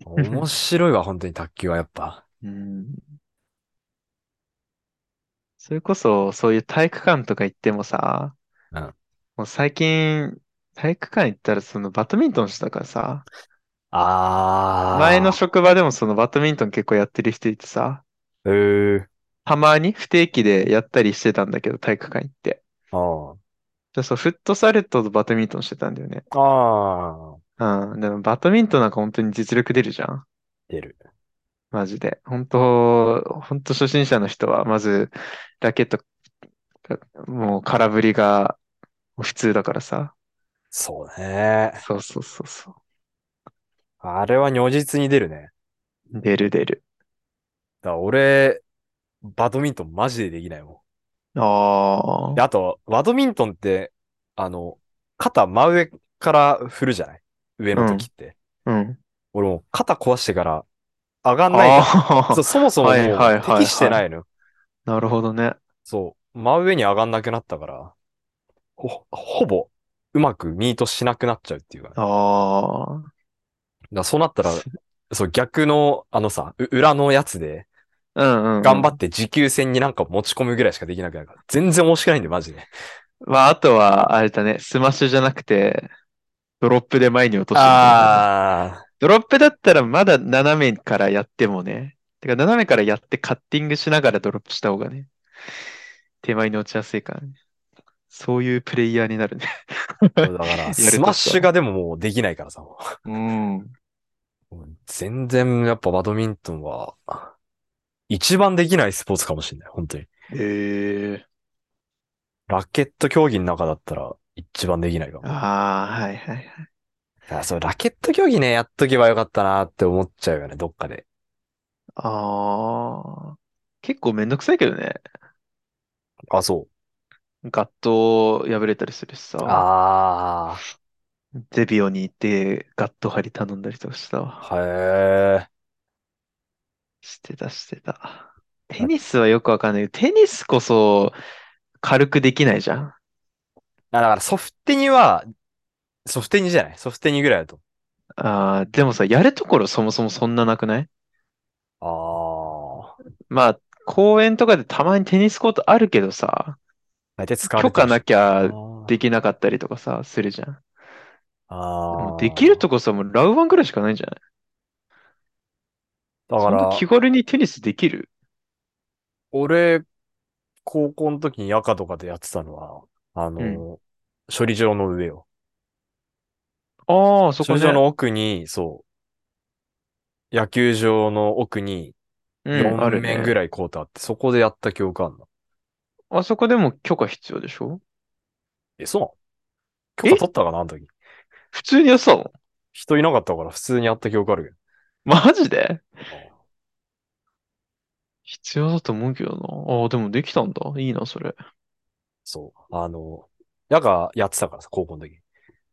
[SPEAKER 1] 面白いわ、本当に卓球はやっぱ。
[SPEAKER 2] うん。それこそ、そういう体育館とか行ってもさ、
[SPEAKER 1] うん
[SPEAKER 2] もう最近、体育館行ったらそのバドミントンしたからさ、
[SPEAKER 1] あー。
[SPEAKER 2] 前の職場でもそのバドミントン結構やってる人いてさ、
[SPEAKER 1] えー、
[SPEAKER 2] たまに不定期でやったりしてたんだけど、体育館行って。
[SPEAKER 1] あー
[SPEAKER 2] じゃあそう、フットサルとバドミントンしてたんだよね。
[SPEAKER 1] あー。
[SPEAKER 2] うん。でもバドミントンなんか本当に実力出るじゃん。
[SPEAKER 1] 出る。
[SPEAKER 2] マジで。本当、本当初心者の人は、まず、ラケット、もう空振りが普通だからさ。
[SPEAKER 1] そうね。
[SPEAKER 2] そうそうそうそ
[SPEAKER 1] あれは如実に出るね。
[SPEAKER 2] う。出る出る。
[SPEAKER 1] だから俺、バドミントンマジでできないも
[SPEAKER 2] あ
[SPEAKER 1] ん。で、
[SPEAKER 2] あ。
[SPEAKER 1] あと、バドミントンって、あの、肩真上から振るじゃない上の時って。
[SPEAKER 2] うん。
[SPEAKER 1] 俺もう肩壊してから上がんないか
[SPEAKER 2] あ
[SPEAKER 1] ら。そ
[SPEAKER 2] あ。
[SPEAKER 1] そもそもも
[SPEAKER 2] はいはいは
[SPEAKER 1] う
[SPEAKER 2] いはい
[SPEAKER 1] 適してないのよ。
[SPEAKER 2] なるほどね。
[SPEAKER 1] そう。真上に上がんなくなったから、ほ、ほぼ、うまくミートしなくなっちゃうっていうか。だか
[SPEAKER 2] あ
[SPEAKER 1] らそうなったら、
[SPEAKER 2] す
[SPEAKER 1] そう、逆の、あのさ、う裏のやつで、
[SPEAKER 2] あ。うんうん。
[SPEAKER 1] 頑張
[SPEAKER 2] て。
[SPEAKER 1] って持久戦になんか持ち込むぐらいしかできなくなるから、全然面白くないんで、マジで。
[SPEAKER 2] まあ、あとは、あれだね。スマッシュじゃなくて、ドロップで前に落としてみたいなね
[SPEAKER 1] ああ。
[SPEAKER 2] ドロップだったらまだ斜めからやってもね。てか斜めからやってカッティングしながらドロップした方がね。手前に落ちやすいからね。そういうプレイヤーになるね。
[SPEAKER 1] そうだから、スマッシュがでももうできないからさ、も
[SPEAKER 2] うん。
[SPEAKER 1] うもう全然やっぱバドミントンは、一番できないスポーツかもしれない、本当に。
[SPEAKER 2] ええ
[SPEAKER 1] ラケット競技の中だったら一番できないかも。
[SPEAKER 2] ああ、はいはいはい。
[SPEAKER 1] あそう、ラケット競技ね、やっとけばよかったなって思っちゃうよね、どっかで。
[SPEAKER 2] ああ。結構めんどくさいけどね。
[SPEAKER 1] あ、そ
[SPEAKER 2] ガット破れたりするし
[SPEAKER 1] う。
[SPEAKER 2] さ。
[SPEAKER 1] あ
[SPEAKER 2] ゼビオに行ってガット張り頼んだりとかしたわ。
[SPEAKER 1] あ、へえ。
[SPEAKER 2] してたしてた。テニスはよくわかんないけど、テニスこそ軽くできないじゃん。
[SPEAKER 1] あだからソフテニは、ソフテニじゃないソフテニぐらいだと。
[SPEAKER 2] ああ、でもさ、やるところそもそもそんななくない
[SPEAKER 1] ああ。
[SPEAKER 2] まあ、公園とかでたまにテニスコートあるけどさ、
[SPEAKER 1] 大体使われ
[SPEAKER 2] 許
[SPEAKER 1] て
[SPEAKER 2] 可
[SPEAKER 1] る
[SPEAKER 2] な
[SPEAKER 1] し。
[SPEAKER 2] きゃで
[SPEAKER 1] き、
[SPEAKER 2] きなかったりとかさ、するじゃん。も
[SPEAKER 1] あ
[SPEAKER 2] う
[SPEAKER 1] あ。
[SPEAKER 2] できるとこさ、もうラウワンぐらいしかないんじゃない
[SPEAKER 1] だ
[SPEAKER 2] そ
[SPEAKER 1] か
[SPEAKER 2] んな
[SPEAKER 1] ら、
[SPEAKER 2] 気軽にテニスできる
[SPEAKER 1] 俺、高校の時に夜間とかでやってたのは、あの、
[SPEAKER 2] うん
[SPEAKER 1] 処理場の上を。
[SPEAKER 2] ああ、そ
[SPEAKER 1] 処
[SPEAKER 2] こ
[SPEAKER 1] 理場
[SPEAKER 2] ね。
[SPEAKER 1] の奥に、そう、野球場の奥に
[SPEAKER 2] うん、あ
[SPEAKER 1] 4
[SPEAKER 2] る
[SPEAKER 1] 面
[SPEAKER 2] ね。
[SPEAKER 1] ぐらいコートあって、そこでやった記憶あんの。
[SPEAKER 2] あそこでも許可必要でしょ
[SPEAKER 1] え、そうなの
[SPEAKER 2] え
[SPEAKER 1] 許可取ったかな、あの時。
[SPEAKER 2] 普通にやってたの
[SPEAKER 1] 人いなかったから普通にやった記憶ある
[SPEAKER 2] マジで
[SPEAKER 1] けど。
[SPEAKER 2] 必要だと思うけどな。ああ、でもできたんだ。いいな、それ。
[SPEAKER 1] そう。あの、夜間やってたからさ、高校の時。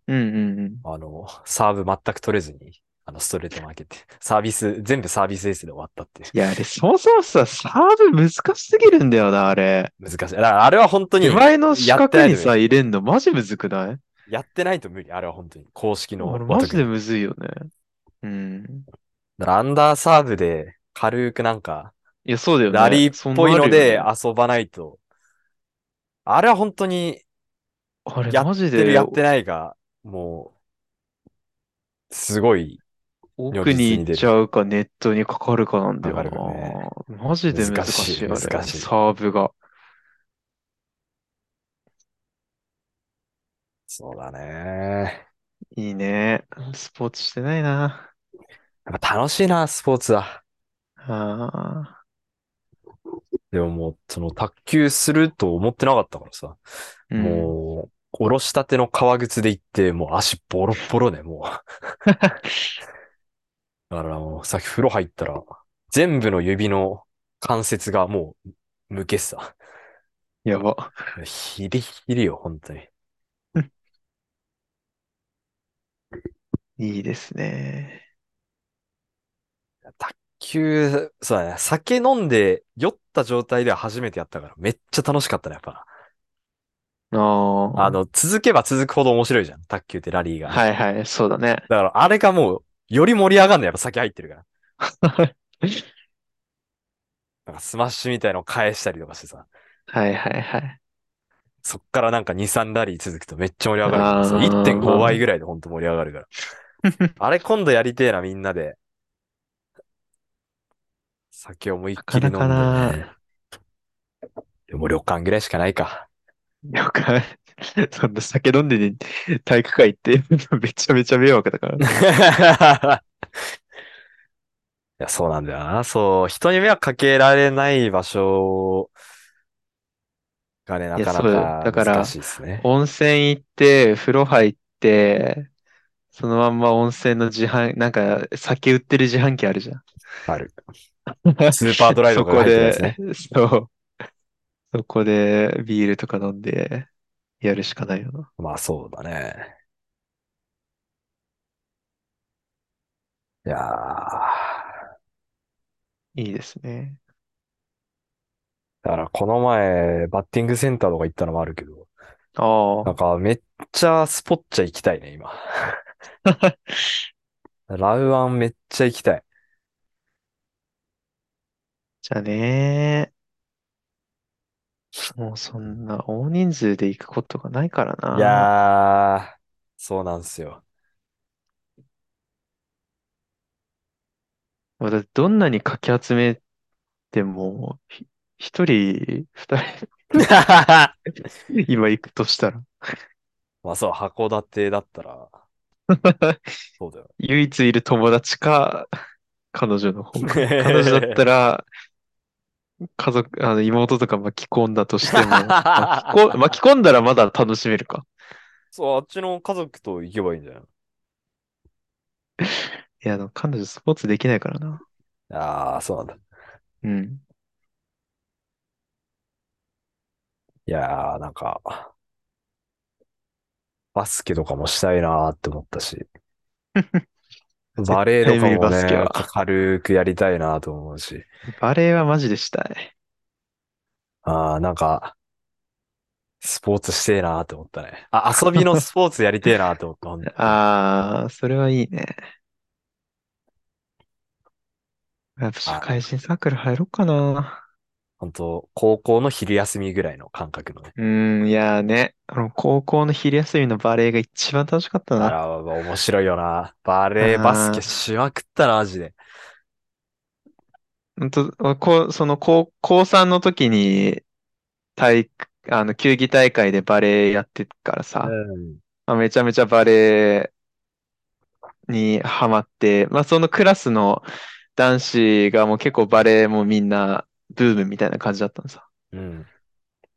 [SPEAKER 2] うんうんうん。
[SPEAKER 1] あの、 サーブ全く取れずに、あの、ストレート負けて、 サービス、全部サービスエースで終わったっていう。
[SPEAKER 2] いや、あれ、そもそもさ、サーブ難しすぎるんだよな、あれ。
[SPEAKER 1] 難しい。だからあれは本当に、
[SPEAKER 2] 手前の四角に
[SPEAKER 1] や
[SPEAKER 2] さ、入れんの、マジむずくない
[SPEAKER 1] やってないと無理。あれは本当に。公式の
[SPEAKER 2] あれ
[SPEAKER 1] ご
[SPEAKER 2] マ
[SPEAKER 1] と
[SPEAKER 2] ジ
[SPEAKER 1] く
[SPEAKER 2] でむずいよね。うん。
[SPEAKER 1] だからアンダーサーブで、軽くなんか、
[SPEAKER 2] いや、そうだよね。
[SPEAKER 1] ラリーっぽいので
[SPEAKER 2] あ
[SPEAKER 1] 遊ばないと。あれは本当に、
[SPEAKER 2] あれ、
[SPEAKER 1] や
[SPEAKER 2] マジ
[SPEAKER 1] やってる
[SPEAKER 2] で
[SPEAKER 1] やってないが、もう、すごい、
[SPEAKER 2] 奥に行っちゃうか、ネットにかかるかなんだよ
[SPEAKER 1] かかるよ
[SPEAKER 2] な。マジで難しい、あれ
[SPEAKER 1] 難しい難しい
[SPEAKER 2] サーブが。
[SPEAKER 1] そうだね。
[SPEAKER 2] いいね。スポーツしてないな。
[SPEAKER 1] やっぱ楽しいな、スポーツは。
[SPEAKER 2] ああ。
[SPEAKER 1] でももう、その卓球すると思ってなかったからさ、
[SPEAKER 2] うん
[SPEAKER 1] もう、おろしたての革靴で行って、もう足ボロッボロね、もう。 だからもう、さっき風呂入ったら、全部の指の関節がもう、無血さ。
[SPEAKER 2] やば。
[SPEAKER 1] ヒリヒリよ、本当に。
[SPEAKER 2] いいですね。
[SPEAKER 1] 卓球、そうだね、酒飲んで酔った状態では初めてやったから、めっちゃ楽しかったね、やっぱ。
[SPEAKER 2] ああ。
[SPEAKER 1] あの、続けば続くほど面白いじゃん、卓球ってラリーが。
[SPEAKER 2] はいはい、そう だね。
[SPEAKER 1] だから、あれがもう、より盛り上がるの、やっぱ酒入ってるから。
[SPEAKER 2] はい
[SPEAKER 1] なんかスマッシュみたいの返したりとかしてさ、
[SPEAKER 2] はいはい。
[SPEAKER 1] そっからなんか2、3ラリー続くとめっちゃ盛り上がる
[SPEAKER 2] あ
[SPEAKER 1] じ
[SPEAKER 2] ー
[SPEAKER 1] ゃん。そう1.5倍ぐらいでほんと盛り上がる から。あれ今度やりてえな、みんなで。酒を思いっきり飲んで、ね。
[SPEAKER 2] なかなか
[SPEAKER 1] でも旅館ぐらいしかないか。
[SPEAKER 2] 了解。 そんな酒飲んでに体育会行って、 めちゃめちゃ迷惑だから。
[SPEAKER 1] いや、そうなんだよな。そう、人に迷惑かけられない場所がね、なか
[SPEAKER 2] そう
[SPEAKER 1] な
[SPEAKER 2] だ
[SPEAKER 1] か
[SPEAKER 2] から
[SPEAKER 1] 難しいですね。
[SPEAKER 2] 温泉行って、風呂入って、そのまんま温泉の自販、なんか酒売ってる自販機あるじゃん。
[SPEAKER 1] ある。 スーパードライと
[SPEAKER 2] そ
[SPEAKER 1] かが
[SPEAKER 2] こ
[SPEAKER 1] 入ってるやつね
[SPEAKER 2] で、そう。そこでビールとか飲んでやるしかないよな。
[SPEAKER 1] まあそうだね。いやー。
[SPEAKER 2] いいですね。
[SPEAKER 1] だからこの前、バッティングセンターとか行ったのもあるけど、
[SPEAKER 2] あ
[SPEAKER 1] なんかめっちゃスポッチャ行きたいね、 今。
[SPEAKER 2] あ。
[SPEAKER 1] ラウアンめっちゃ行きたい。
[SPEAKER 2] じゃあねもうそんな大人数で行くことがないからな。
[SPEAKER 1] いやー、そうなんす よ。
[SPEAKER 2] まあだってどんなにかき集めても、ひ一人、二人、今行くとしたら、
[SPEAKER 1] まあそう、函館だったら、そうだよ。
[SPEAKER 2] 唯一いる友達か、彼女の方 か。 彼女だったら、家族、あの、妹とか巻き込んだとしても、巻きこ巻き込んだらまだ楽しめるか。
[SPEAKER 1] そう、あっちの家族と行けばいいんじゃない
[SPEAKER 2] いや、あの、彼女スポーツできないからな。
[SPEAKER 1] ああ、そうなんだ。
[SPEAKER 2] うん。
[SPEAKER 1] いやー、なんか、バスケとかもしたいなーって思った し、バレエとかも
[SPEAKER 2] 絶対無理バスケ
[SPEAKER 1] ね
[SPEAKER 2] は、
[SPEAKER 1] 軽くやりたいなと思うし、
[SPEAKER 2] バレーはマジでしたい。
[SPEAKER 1] あー、なんか、スポーツしてえなーって思ったね。あ、遊びの スポーツやりてえなーって思ったほんと。
[SPEAKER 2] ああ、それはいいね。やっぱ社会人サークル入ろうかな。
[SPEAKER 1] 本当高校の昼休みぐらいの感覚のね。
[SPEAKER 2] うーん、いやーね、あの、高校の昼休みのバレーが一番楽しかった
[SPEAKER 1] あ
[SPEAKER 2] な。
[SPEAKER 1] ら、面白いよな。バレエ、バスケしまくったな、マジで。
[SPEAKER 2] ほんと、こう、その、高、高3の時に、体育、あの、球技大会でバレーやってたからさ、
[SPEAKER 1] うん。
[SPEAKER 2] まあ、めちゃめちゃバレーにハマって、まあ、そのクラスの男子がもう結構バレーもみんなブームみたいな感じだったのさ。
[SPEAKER 1] うん。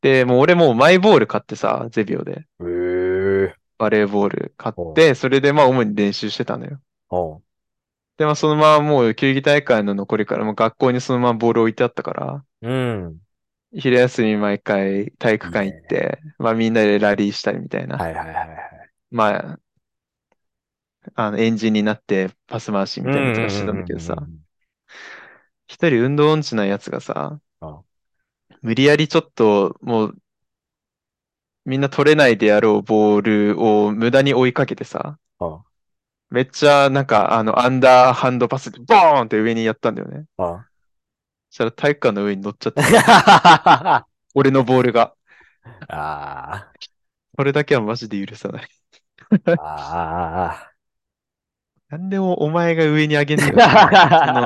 [SPEAKER 2] で、もう俺もうマイボール買ってさ、ゼビオで。
[SPEAKER 1] えー。
[SPEAKER 2] バレーボール買っ
[SPEAKER 1] おう
[SPEAKER 2] て、それでまあ主に練習してたのよ。
[SPEAKER 1] おう
[SPEAKER 2] で、まあ、そのままもう球技大会の残りから、もう学校にそのままボール置いてあったから、
[SPEAKER 1] うん。
[SPEAKER 2] 昼休み毎回体育館行って、まあ、みんなでラリーしたりみたいな。
[SPEAKER 1] はいはいはいはい。
[SPEAKER 2] まあ、あの、円陣になってパス回しみたいなのとかしてたんだけどさ
[SPEAKER 1] う、んうんうんうん
[SPEAKER 2] 一人運動音痴なやつがさ
[SPEAKER 1] あ、
[SPEAKER 2] 無理やりちょっと、もう、みんな取れないであろうボールを無駄に追いかけてさ
[SPEAKER 1] あ、
[SPEAKER 2] めっちゃ、なんか、あの、アンダーハンドパスで、ボーンって上にやったんだよね。
[SPEAKER 1] あ、
[SPEAKER 2] そしたら体育館の上に乗っちゃって
[SPEAKER 1] あ
[SPEAKER 2] 俺のボールが。
[SPEAKER 1] あ
[SPEAKER 2] これだけはマジで許さない。
[SPEAKER 1] ああ
[SPEAKER 2] なんでもお前が上に上げ んだよその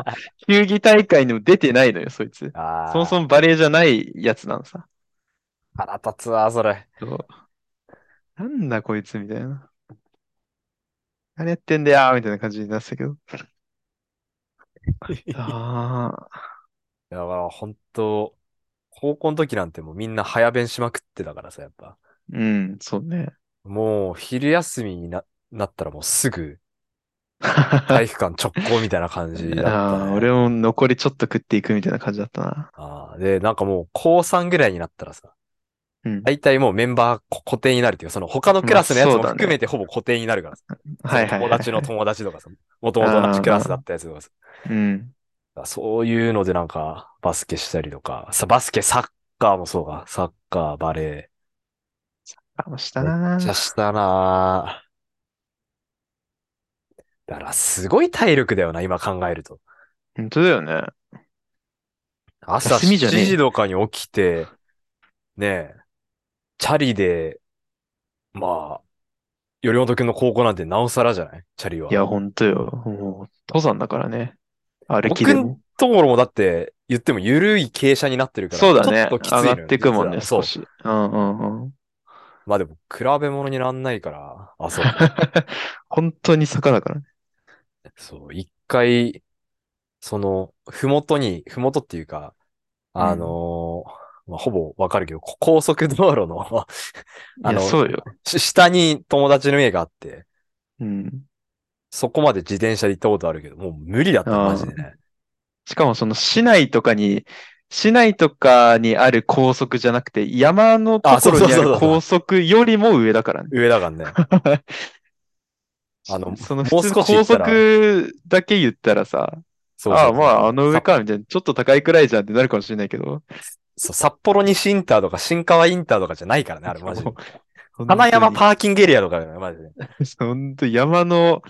[SPEAKER 1] あ。
[SPEAKER 2] 球技大会にも出てないのよ、そいつ。
[SPEAKER 1] あ
[SPEAKER 2] そもそ
[SPEAKER 1] も。
[SPEAKER 2] もバレーじゃないやつなのさ。
[SPEAKER 1] 腹立つわ、それ。
[SPEAKER 2] そうなんだこいつみたいな。何やってんだよみたいな感じになってた けど。
[SPEAKER 1] だか
[SPEAKER 2] ああ、
[SPEAKER 1] ら、本当高校の時なんてもうみんな早弁しまくってたからさ、やっぱ。
[SPEAKER 2] うん、そうね。
[SPEAKER 1] もう昼休みにな、なったらもうすぐ体育館直行みたいな感じだった、
[SPEAKER 2] あ
[SPEAKER 1] ね。
[SPEAKER 2] あ、俺も残りちょっと食っていくみたいな感じだったな。
[SPEAKER 1] あーで、なんかもう高3ぐらいになったらさ、
[SPEAKER 2] うん。
[SPEAKER 1] 大体もうメンバーこ固定になるっていうか、その他のクラスのやつも
[SPEAKER 2] まあそうだね
[SPEAKER 1] 含めてほぼ固定になるからさ。
[SPEAKER 2] はいはい
[SPEAKER 1] そ
[SPEAKER 2] は
[SPEAKER 1] の
[SPEAKER 2] い
[SPEAKER 1] 友達の友達とかさ、もともと同じクラスだったやつとかさ。
[SPEAKER 2] うん。
[SPEAKER 1] そういうのでなんかバスケしたりとか、さ、バスケ、サッカーもそうか、サッカー、バレ
[SPEAKER 2] あ、もした
[SPEAKER 1] ー。めっちゃ
[SPEAKER 2] な。
[SPEAKER 1] したなぁだからすごい体力だよな、今考えると。
[SPEAKER 2] 本当だよね。
[SPEAKER 1] 朝
[SPEAKER 2] 休みじゃねえ
[SPEAKER 1] 7時とかに起きて、ねえ、チャリで、まあ、よりもとくんの高校なんてなおさらじゃないチャリは。
[SPEAKER 2] いや、本当よ。もう、登山だからね。歩きでも。
[SPEAKER 1] ところもだって、言っても緩い傾斜になってるから、
[SPEAKER 2] そうだね。
[SPEAKER 1] ちょっときついの
[SPEAKER 2] 上
[SPEAKER 1] よ
[SPEAKER 2] がってくもん
[SPEAKER 1] 実
[SPEAKER 2] ね、
[SPEAKER 1] は
[SPEAKER 2] 少
[SPEAKER 1] そう。
[SPEAKER 2] し。うんうんうん。
[SPEAKER 1] まあでも、比べ物になんないから、あ、そう。
[SPEAKER 2] 本当に坂だからね。
[SPEAKER 1] そう、一回、その、ふもとに、ふもとっていうか、あのーまあ、ほぼわかるけど、こ 高速道路の
[SPEAKER 2] い
[SPEAKER 1] あ
[SPEAKER 2] や、
[SPEAKER 1] の
[SPEAKER 2] そうよ。
[SPEAKER 1] し下に友達の家があって、
[SPEAKER 2] うん。
[SPEAKER 1] そこまで自転車で行ったことあるけど、もう無理だった、
[SPEAKER 2] あー
[SPEAKER 1] マジでね。
[SPEAKER 2] しかもその市内とかに、市内とかにある高速じゃなくて、山のと
[SPEAKER 1] あ
[SPEAKER 2] こ
[SPEAKER 1] そう
[SPEAKER 2] ろ
[SPEAKER 1] そう
[SPEAKER 2] に
[SPEAKER 1] そ
[SPEAKER 2] あ
[SPEAKER 1] うそう
[SPEAKER 2] る高速よりも上だからね。
[SPEAKER 1] 上だ からね。あの
[SPEAKER 2] その
[SPEAKER 1] もう
[SPEAKER 2] 普通
[SPEAKER 1] 少し行
[SPEAKER 2] 高
[SPEAKER 1] ったら
[SPEAKER 2] 速だけ言ったらさ、
[SPEAKER 1] そう
[SPEAKER 2] あ
[SPEAKER 1] そ
[SPEAKER 2] あ、
[SPEAKER 1] う
[SPEAKER 2] まあ、あの上か、みたいな、ちょっと高いくらいじゃんってなるかもしれないけど、
[SPEAKER 1] そう、札幌西インターとか新川インターとかじゃないからね、あれマ ジで
[SPEAKER 2] そう。本当に
[SPEAKER 1] 花山パーキングエリアとかだよね、マジで。
[SPEAKER 2] 本当山の、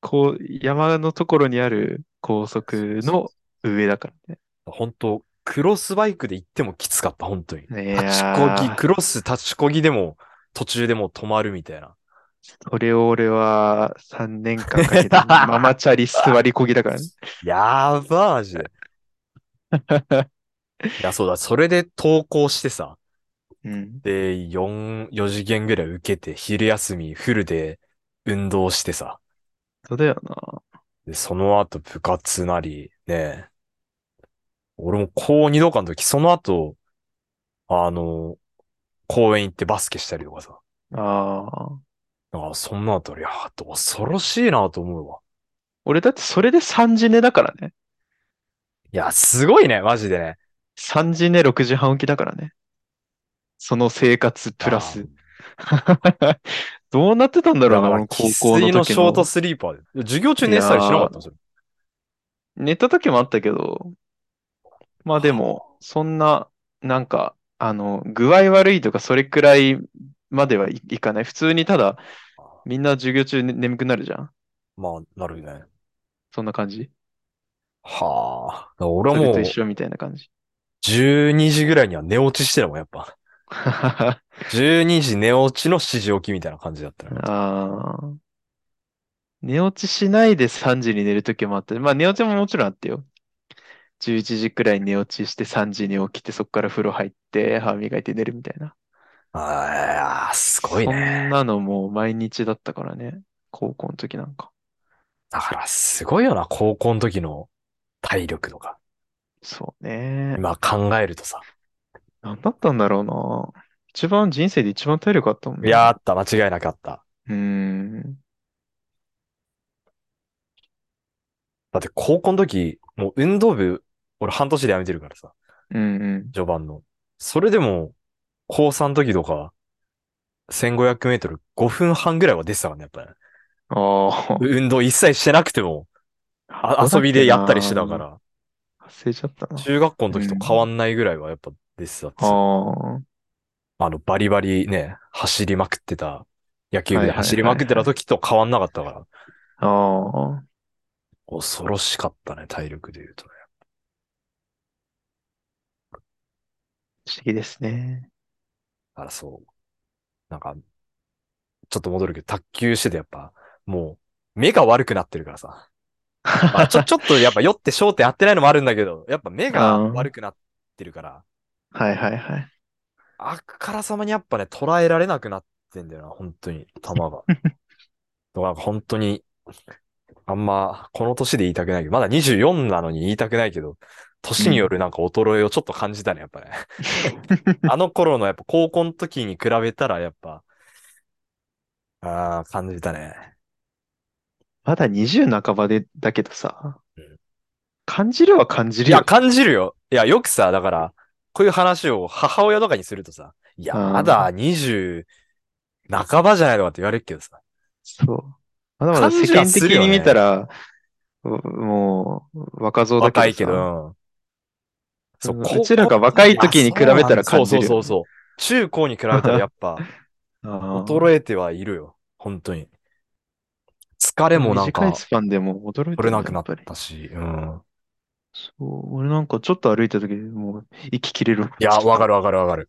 [SPEAKER 2] こう、山のところにある高速の上だからね。
[SPEAKER 1] 本当クロスバイクで行ってもきつかった、本当に。
[SPEAKER 2] いやー
[SPEAKER 1] 立ちこぎ、クロス立ちこぎでも途中でもう止まるみたいな。
[SPEAKER 2] それを俺は3年間かけて、 ママチャリ座りこぎだからね。
[SPEAKER 1] やーばー、マジ で。いや、そうだ、それで登校してさ、
[SPEAKER 2] うん。
[SPEAKER 1] で、4、4次元ぐらい受けて、昼休みフルで運動してさ、
[SPEAKER 2] そうだよな。
[SPEAKER 1] で、その後部活なり、ね、俺も高2度かの時、その後、あの、公園行ってバスケしたりとかさ、
[SPEAKER 2] ああ。
[SPEAKER 1] なんかそんなあたり、いやー、恐ろしいなと思うわ。
[SPEAKER 2] 俺だってそれで3時寝だからね。
[SPEAKER 1] いや、すごいね、マジでね。
[SPEAKER 2] 3時寝6時半起きだからね。その生活プラス。 どうなってたんだ
[SPEAKER 1] だ
[SPEAKER 2] ろ
[SPEAKER 1] か
[SPEAKER 2] うな、
[SPEAKER 1] ら、
[SPEAKER 2] あの
[SPEAKER 1] 生
[SPEAKER 2] 高校
[SPEAKER 1] 粋の
[SPEAKER 2] の
[SPEAKER 1] シ
[SPEAKER 2] 時
[SPEAKER 1] ョート
[SPEAKER 2] の。
[SPEAKER 1] スリーパーで。授業中寝てたりしなかったのそれ。
[SPEAKER 2] 寝た時もあったけど、まあでも、そんな、なんか、あの、具合悪いとかそれくらいまではい、いかない。普通にただ、みんな授業中、ね、眠くなるじゃん。
[SPEAKER 1] まあ、なるよね。
[SPEAKER 2] そんな感じ。
[SPEAKER 1] はあ。だから俺は
[SPEAKER 2] それ
[SPEAKER 1] もう
[SPEAKER 2] と、一緒みたいな感じ。
[SPEAKER 1] 12時ぐらいには寝落ちしてたもん、やっぱ。
[SPEAKER 2] あ
[SPEAKER 1] 12時寝落ちの7時起きみたいな感じだったね。
[SPEAKER 2] あ。寝落ちしないで3時に寝る時もあった。まあ寝落ちももちろんあってよ。11時くらいに寝落ちして3時に起きてそこから風呂入って歯磨いて寝るみたいな。
[SPEAKER 1] ああ、すごい
[SPEAKER 2] そん
[SPEAKER 1] ね。
[SPEAKER 2] なのもう毎日だったからね。高校の時なんか。
[SPEAKER 1] だから、すごいよな、高校の時の体力とか。
[SPEAKER 2] そうね。
[SPEAKER 1] 今考えるとさ。
[SPEAKER 2] 何だったんだろうな。一番人生で一番体力あったもん
[SPEAKER 1] い
[SPEAKER 2] ね。
[SPEAKER 1] やーあった、間違いなかった。
[SPEAKER 2] うーん。
[SPEAKER 1] だって、高校の時、もう運動部、俺半年で辞めてるからさ。
[SPEAKER 2] うんうん。
[SPEAKER 1] 序盤の。それでも、高3の時とか、1500メートル5分半ぐらいは出てたからね、やっぱり。
[SPEAKER 2] あ
[SPEAKER 1] 運動一切してなくても、あ
[SPEAKER 2] あ。
[SPEAKER 1] 遊びでやったりしてたか。ら、
[SPEAKER 2] 忘れちゃったな。
[SPEAKER 1] 中学校の時と変わんないぐらいはやっぱ出てたってさ
[SPEAKER 2] ああ。
[SPEAKER 1] あの、バリバリね、走りまくってた、野球部
[SPEAKER 2] はい
[SPEAKER 1] で
[SPEAKER 2] はいはい
[SPEAKER 1] 走りまくってた時と変わんなかったから、
[SPEAKER 2] ああ。
[SPEAKER 1] 恐ろしかったね、体力で言うとね。
[SPEAKER 2] 不思議ですね。
[SPEAKER 1] だからそう。なんか、ちょっと戻るけど、卓球しててやっぱ、もう、目が悪くなってるからさ。まあ、ち ょ、ちょっとやっぱ酔って焦点合ってないのもあるんだけど、やっぱ目が
[SPEAKER 2] うん
[SPEAKER 1] 悪くなってるから、
[SPEAKER 2] はいはいはい。
[SPEAKER 1] あからさまにやっぱね、捉えられなくなってんだよな、本当に、球が。だからなんか本当に、あんま、この年で言いたくないけど、まだ24なのに言いたくないけど、年によるなんか衰えをちょっと感じたね、やっぱね。あの頃のやっぱ高校の時に比べたらやっぱ、ああ、感じたね。
[SPEAKER 2] まだ20半ばで、だけどさ
[SPEAKER 1] うん、
[SPEAKER 2] 感じるは感じ
[SPEAKER 1] い
[SPEAKER 2] るよ
[SPEAKER 1] や、。感じるよ。いや、よくさ、だから、こういう話を母親とかにするとさ、いや、
[SPEAKER 2] うん
[SPEAKER 1] まだ20半ばじゃないのかって言われるけどさ。
[SPEAKER 2] そう。まだまだ世間的に見たら、もう、若造だけど
[SPEAKER 1] 若
[SPEAKER 2] さ
[SPEAKER 1] いけど。
[SPEAKER 2] う
[SPEAKER 1] そ
[SPEAKER 2] ん
[SPEAKER 1] こ
[SPEAKER 2] うちらが若い時に比べたら感じるよね
[SPEAKER 1] そうなんだそうそうそうそう。中高に比べたらやっ ぱ、
[SPEAKER 2] あー
[SPEAKER 1] 衰えてはいるよ。本当に。疲れもなん
[SPEAKER 2] 短
[SPEAKER 1] か
[SPEAKER 2] い、スパンでもう驚いてる
[SPEAKER 1] 取れなくなっ
[SPEAKER 2] やぱり
[SPEAKER 1] たし。うん。
[SPEAKER 2] そう、俺なんかちょっと歩いた時にもう息切れる。
[SPEAKER 1] いや、わか
[SPEAKER 2] る。
[SPEAKER 1] るわかるわかる。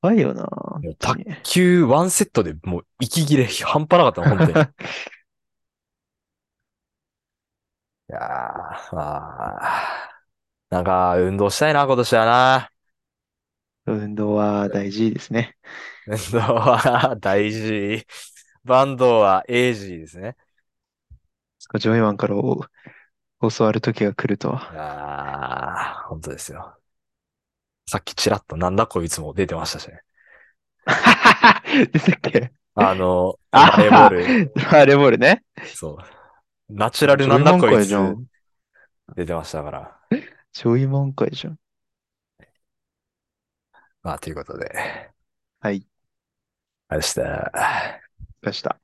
[SPEAKER 2] 怖いよな。
[SPEAKER 1] もう
[SPEAKER 2] 本当に
[SPEAKER 1] 9、1セットでもう息切れ半端なかったの、本当 に。いやー、まあ、なんか、運動したいな、今年はな。
[SPEAKER 2] 運動は大事ですね。
[SPEAKER 1] 運動は 大事。バンドはエイジーですね。
[SPEAKER 2] ジョイマンからお教わる時が来ると は。
[SPEAKER 1] ああ、本当ですよ。さっきちらっとなんだこいつも出てましたしね。
[SPEAKER 2] でしたっけ
[SPEAKER 1] あの、
[SPEAKER 2] あ
[SPEAKER 1] バレーボール。
[SPEAKER 2] バレーボールね。
[SPEAKER 1] そう。ナチュラルなんだこいつ
[SPEAKER 2] ジョイマン会じ
[SPEAKER 1] 出てましたから。
[SPEAKER 2] ゃん。ジョイマン会じゃん。
[SPEAKER 1] まあ、ということで。
[SPEAKER 2] はい。
[SPEAKER 1] あれでした。
[SPEAKER 2] でした。